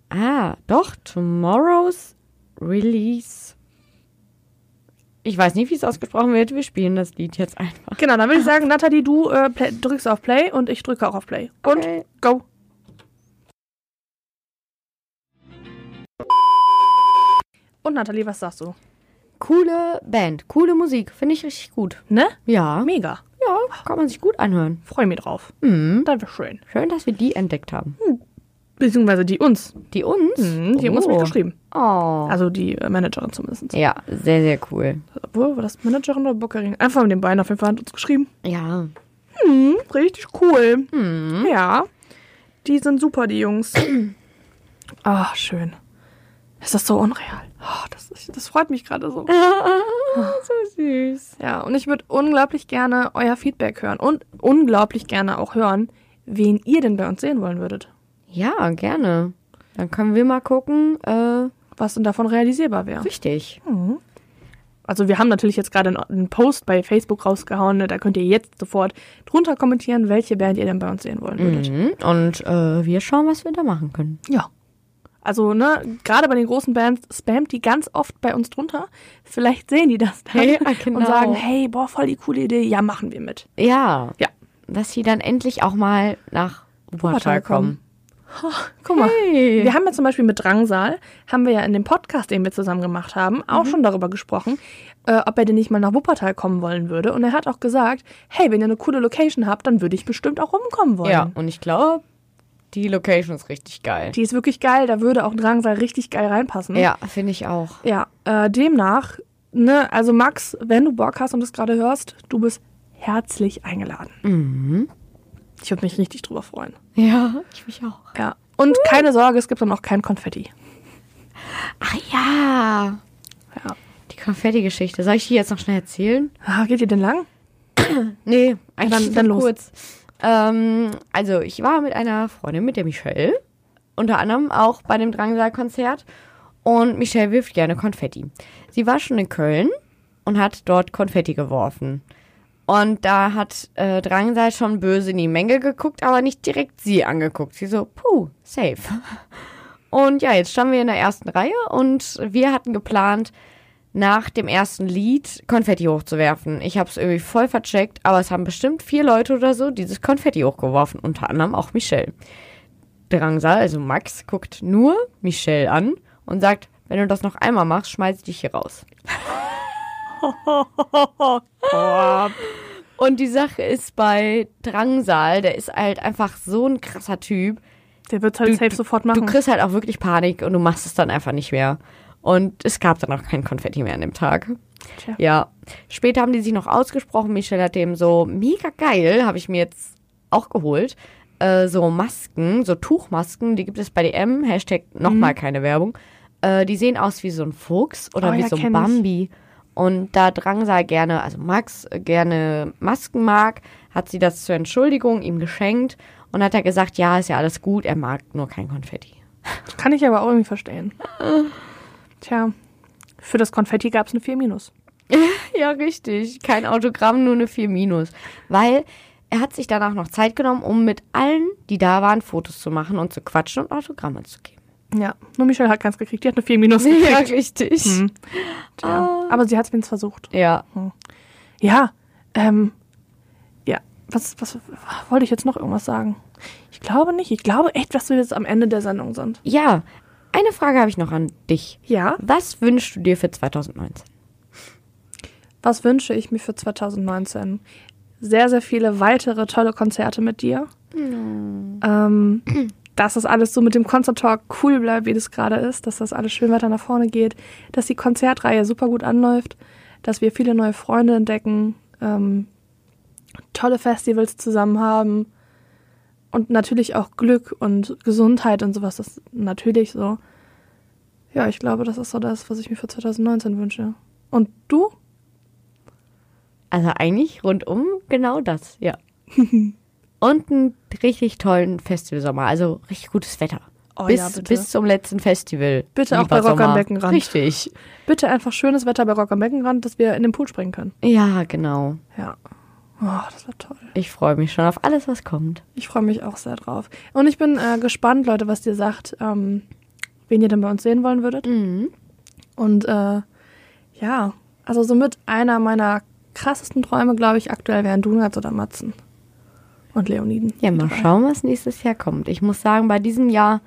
Ah, doch, Tomorrow's Release. Ich weiß nicht, wie es ausgesprochen wird. Wir spielen das Lied jetzt einfach. Genau, dann würde ich sagen, Nathalie, du äh, play, drückst auf Play und ich drücke auch auf Play. Und Okay. go. Und Nathalie, was sagst du? Coole Band, coole Musik. Finde ich richtig gut. Ne? Ja. Mega. Ja, kann man sich gut anhören. Freue mich drauf. Mhm. Das wäre schön. Schön, dass wir die entdeckt haben. Beziehungsweise die uns. Die uns? Mhm, die haben uns mitgeschrieben. Oh. Also die äh, Managerin zumindest. Ja, sehr, sehr cool. Obwohl, war das Managerin oder Bookerin? Einfach mit den beiden auf jeden Fall hat uns geschrieben. Ja. Mhm, richtig cool. Ja. Die sind super, die Jungs. Ah, schön. Ist das so unreal? Ah, das, ist, das freut mich gerade so. So süß. Ja, und ich würde unglaublich gerne euer Feedback hören und unglaublich gerne auch hören, wen ihr denn bei uns sehen wollen würdet. Ja, gerne. Dann können wir mal gucken. Äh, Was denn davon realisierbar wäre. richtig. Hm. Also wir haben natürlich jetzt gerade einen- einen Post bei Facebook rausgehauen, ne? da könnt ihr jetzt sofort drunter kommentieren, welche Band ihr denn bei uns sehen wollen würdet. Mhm. Und äh, wir schauen, was wir da machen können. Ja. Also, ne, gerade bei den großen Bands spammt die ganz oft bei uns drunter. Vielleicht sehen die das dann Hey, ah, genau. und sagen, hey, boah, voll die coole Idee, ja, machen wir mit. Ja. Ja. Dass sie dann endlich auch mal nach Wuppertal Wuppertal kommen. kommen. Guck mal, Hey. wir haben ja zum Beispiel mit Drangsal, haben wir ja in dem Podcast, den wir zusammen gemacht haben, Mhm. auch schon darüber gesprochen, äh, ob er denn nicht mal nach Wuppertal kommen wollen würde. Und er hat auch gesagt, hey, wenn ihr eine coole Location habt, dann würde ich bestimmt auch rumkommen wollen. Ja, und ich glaube, die Location ist richtig geil. Die ist wirklich geil, da würde auch Drangsal richtig geil reinpassen. ja, finde ich auch. Ja, äh, demnach, ne, also Max, wenn du Bock hast und das gerade hörst, du bist herzlich eingeladen. Mhm. Ich würde mich richtig drüber freuen. Ja, ich mich auch. Ja. Und keine Sorge, es gibt dann auch kein Konfetti. Ach ja. Ja. Die Konfetti-Geschichte. Soll ich die jetzt noch schnell erzählen? Ah, geht ihr denn lang? Nee, eigentlich Dann- dann nur los. kurz. Ähm, also, ich war mit einer Freundin, mit der Michelle, unter anderem auch bei dem Drangsal-Konzert. Und Michelle wirft gerne Konfetti. Sie war schon in Köln und hat dort Konfetti geworfen. Und da hat äh, Drangsal schon böse in die Menge geguckt, aber nicht direkt sie angeguckt. Sie so, puh, safe. Und ja, jetzt standen wir in der ersten Reihe und wir hatten geplant, nach dem ersten Lied Konfetti hochzuwerfen. Ich habe es irgendwie voll vercheckt, aber es haben bestimmt vier Leute oder so dieses Konfetti hochgeworfen, unter anderem auch Michelle. Drangsal, also Max, guckt nur Michelle an und sagt, wenn du das noch einmal machst, schmeiß ich dich hier raus. Und die Sache ist bei Drangsal, der ist halt einfach so ein krasser Typ. Der wird halt Du- safe sofort machen. Du kriegst halt auch wirklich Panik und du machst es dann einfach nicht mehr. Und es gab dann auch kein Konfetti mehr an dem Tag. Tja. Ja. Später haben die sich noch ausgesprochen. Michelle hat dem so, mega geil, habe ich mir jetzt auch geholt. Äh, so Masken, so Tuchmasken, die gibt es bei DM. Hashtag Mhm. nochmal keine Werbung. Äh, die sehen aus wie so ein Fuchs oder Oh wie ja, so ein kenn ich. Bambi. Und da Drangsal gerne, also Max äh, gerne Masken mag, hat sie das zur Entschuldigung ihm geschenkt und hat er gesagt, ja, ist ja alles gut, er mag nur kein Konfetti. Kann ich aber auch irgendwie verstehen. Tja. Für das Konfetti gab es eine 4 minus. Ja, richtig. Kein Autogramm, nur eine 4 minus. Weil er hat sich danach noch Zeit genommen, um mit allen, die da waren, Fotos zu machen und zu quatschen und Autogramme zu geben. Ja. Nur Michelle hat keins gekriegt. Die hat eine 4 minus gekriegt. richtig. Tja. Aber sie hat es wenigstens versucht. Hm. Ja. Ja. Ähm. Ja. Was, was wollte ich jetzt noch irgendwas sagen? Ich glaube nicht. Ich glaube echt, dass wir jetzt am Ende der Sendung sind. Ja, eine Frage habe ich noch an dich. Ja. Was wünschst du dir für 2019? Was wünsche ich mir für 2019? Sehr, sehr viele weitere tolle Konzerte mit dir. Ähm, dass das alles so mit dem Concert Talk cool bleibt, wie das gerade ist, dass das alles schön weiter nach vorne geht, dass die Konzertreihe super gut anläuft, dass wir viele neue Freunde entdecken, ähm, tolle Festivals zusammen haben und natürlich auch Glück und Gesundheit und sowas. Das ist natürlich so. Ja, ich glaube, das ist so das, was ich mir für 2019 wünsche. Und du? Also eigentlich rundum genau das, ja. und einen richtig tollen Festivalsommer, also richtig gutes Wetter. Oh bis, ja, bitte. bis zum letzten Festival. Bitte auch lieber bei Rock am Sommer. Beckenrand. Richtig. Bitte einfach schönes Wetter bei Rock am Beckenrand, dass wir in den Pool springen können. Ja, genau. Ja. Oh, das war toll. Ich freue mich schon auf alles, was kommt. Ich freue mich auch sehr drauf. Und ich bin äh, gespannt, Leute, was ihr sagt, ähm, wen ihr denn bei uns sehen wollen würdet. Mhm. Und äh, ja, also somit einer meiner krassesten Träume, glaube ich, aktuell wären Donuts oder Matzen. Und Leoniden. Ja, mal schauen, was nächstes Jahr kommt. Ich muss sagen, bei diesem Jahr,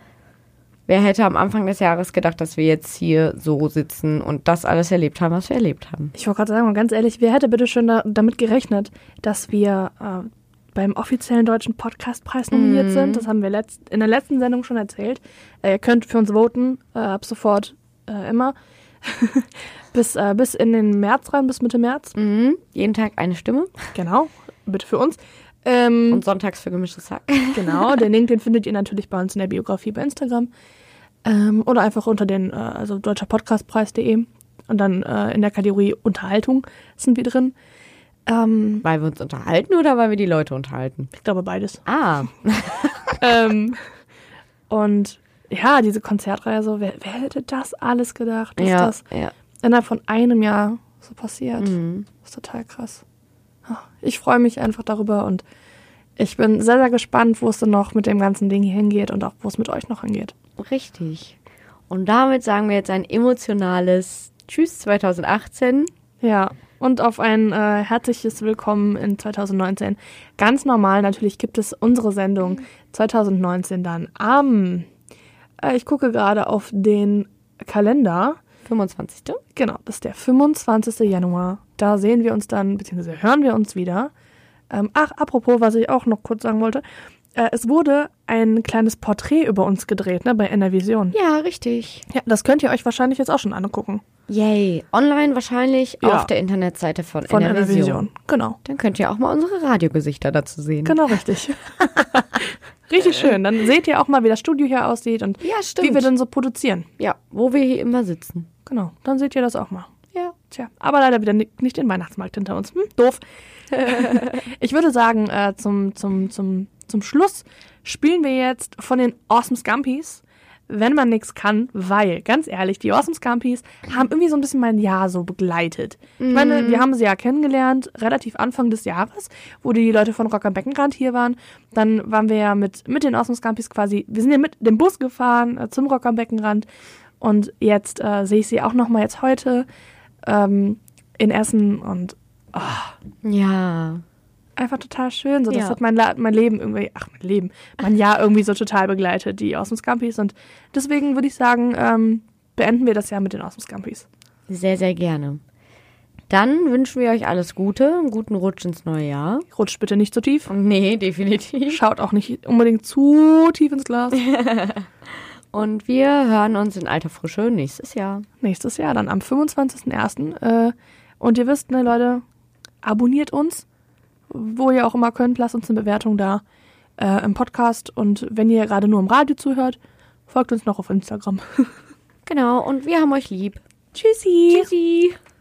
wer hätte am Anfang des Jahres gedacht, dass wir jetzt hier so sitzen und das alles erlebt haben, was wir erlebt haben. Ich wollte gerade sagen, mal ganz ehrlich, wer hätte bitte schön da, damit gerechnet, dass wir äh, beim offiziellen deutschen Podcastpreis nominiert sind? Das haben wir letzt, in der letzten Sendung schon erzählt. Äh, ihr könnt für uns voten, äh, ab sofort äh, immer. bis, äh, bis in den März rein, bis Mitte März. Mhm. Jeden Tag eine Stimme Genau, bitte für uns. Ähm, und sonntags für gemischtes Hack. genau, den Link, den findet ihr natürlich bei uns in der Biografie bei Instagram. Ähm, oder einfach unter den, äh, also deutscherpodcastpreis.de und dann äh, in der Kategorie Unterhaltung sind wir drin. Ähm, Weil wir uns unterhalten oder weil wir die Leute unterhalten? Ich glaube beides. Ah, ähm, und ja, diese Konzertreihe, so, wer, wer hätte das alles gedacht, dass ja, das ja. innerhalb von einem Jahr so passiert? Das ist total krass. Ah, Ich freue mich einfach darüber und ich bin sehr, sehr gespannt, wo es denn noch mit dem ganzen Ding hier hingeht und auch wo es mit euch noch hingeht. Richtig. Und damit sagen wir jetzt ein emotionales Tschüss 2018. Ja, und auf ein äh, herzliches Willkommen in 2019. Ganz normal, natürlich gibt es unsere Sendung 2019 dann am. Äh, ich gucke gerade auf den Kalender. 25. Genau, das ist der 25. Januar. Da sehen wir uns dann, beziehungsweise hören wir uns wieder. Ähm, ach, apropos, was ich auch noch kurz sagen wollte. Äh, es wurde ein kleines Porträt über uns gedreht, ne, bei NRVision. Ja, richtig. Ja, das könnt ihr euch wahrscheinlich jetzt auch schon angucken. Yay. Online wahrscheinlich Ja. auf der Internetseite von, Von NRVision. NRVision. Genau. Dann könnt ihr auch mal unsere Radiogesichter dazu sehen. Genau, richtig. richtig schön. Dann seht ihr auch mal, wie das Studio hier aussieht und Ja, Äh. stimmt. wie wir dann so produzieren. Ja, wo wir hier immer sitzen. Genau, dann seht ihr das auch mal. Ja. Tja, aber leider wieder ni- nicht den Weihnachtsmarkt hinter uns. Hm, doof. ich würde sagen, äh, zum, zum, zum, zum Schluss spielen wir jetzt von den Awesome Scumpies wenn man nichts kann, weil, ganz ehrlich, die Awesome Scampis haben irgendwie so ein bisschen mein Jahr so begleitet. Ich meine, wir haben sie ja kennengelernt, relativ Anfang des Jahres, wo die Leute von Rock am Beckenrand hier waren. Dann waren wir ja mit, mit den Awesome Scampis quasi, wir sind ja mit dem Bus gefahren äh, zum Rock am Beckenrand. Und jetzt äh, sehe ich sie auch nochmal jetzt heute ähm, in Essen und Ja. einfach total schön. So, das Ja. hat mein, La mein Leben irgendwie, ach mein Leben, mein Jahr irgendwie so total begleitet, die Awesome Scampis. Und deswegen würde ich sagen, ähm, beenden wir das Jahr mit den Awesome Scampis. Sehr, sehr gerne. Dann wünschen wir euch alles Gute, einen guten Rutsch ins neue Jahr. Rutscht bitte nicht zu tief. Nee, definitiv. Schaut auch nicht unbedingt zu tief ins Glas. Und wir hören uns in alter Frische nächstes Jahr. Nächstes Jahr dann am 25.01. Äh, und ihr wisst, ne Leute, abonniert uns, wo ihr auch immer könnt. Lasst uns eine Bewertung da äh, im Podcast. Und wenn ihr gerade nur im Radio zuhört, folgt uns noch auf Instagram. Genau, und wir haben euch lieb. Tschüssi. Tschüssi.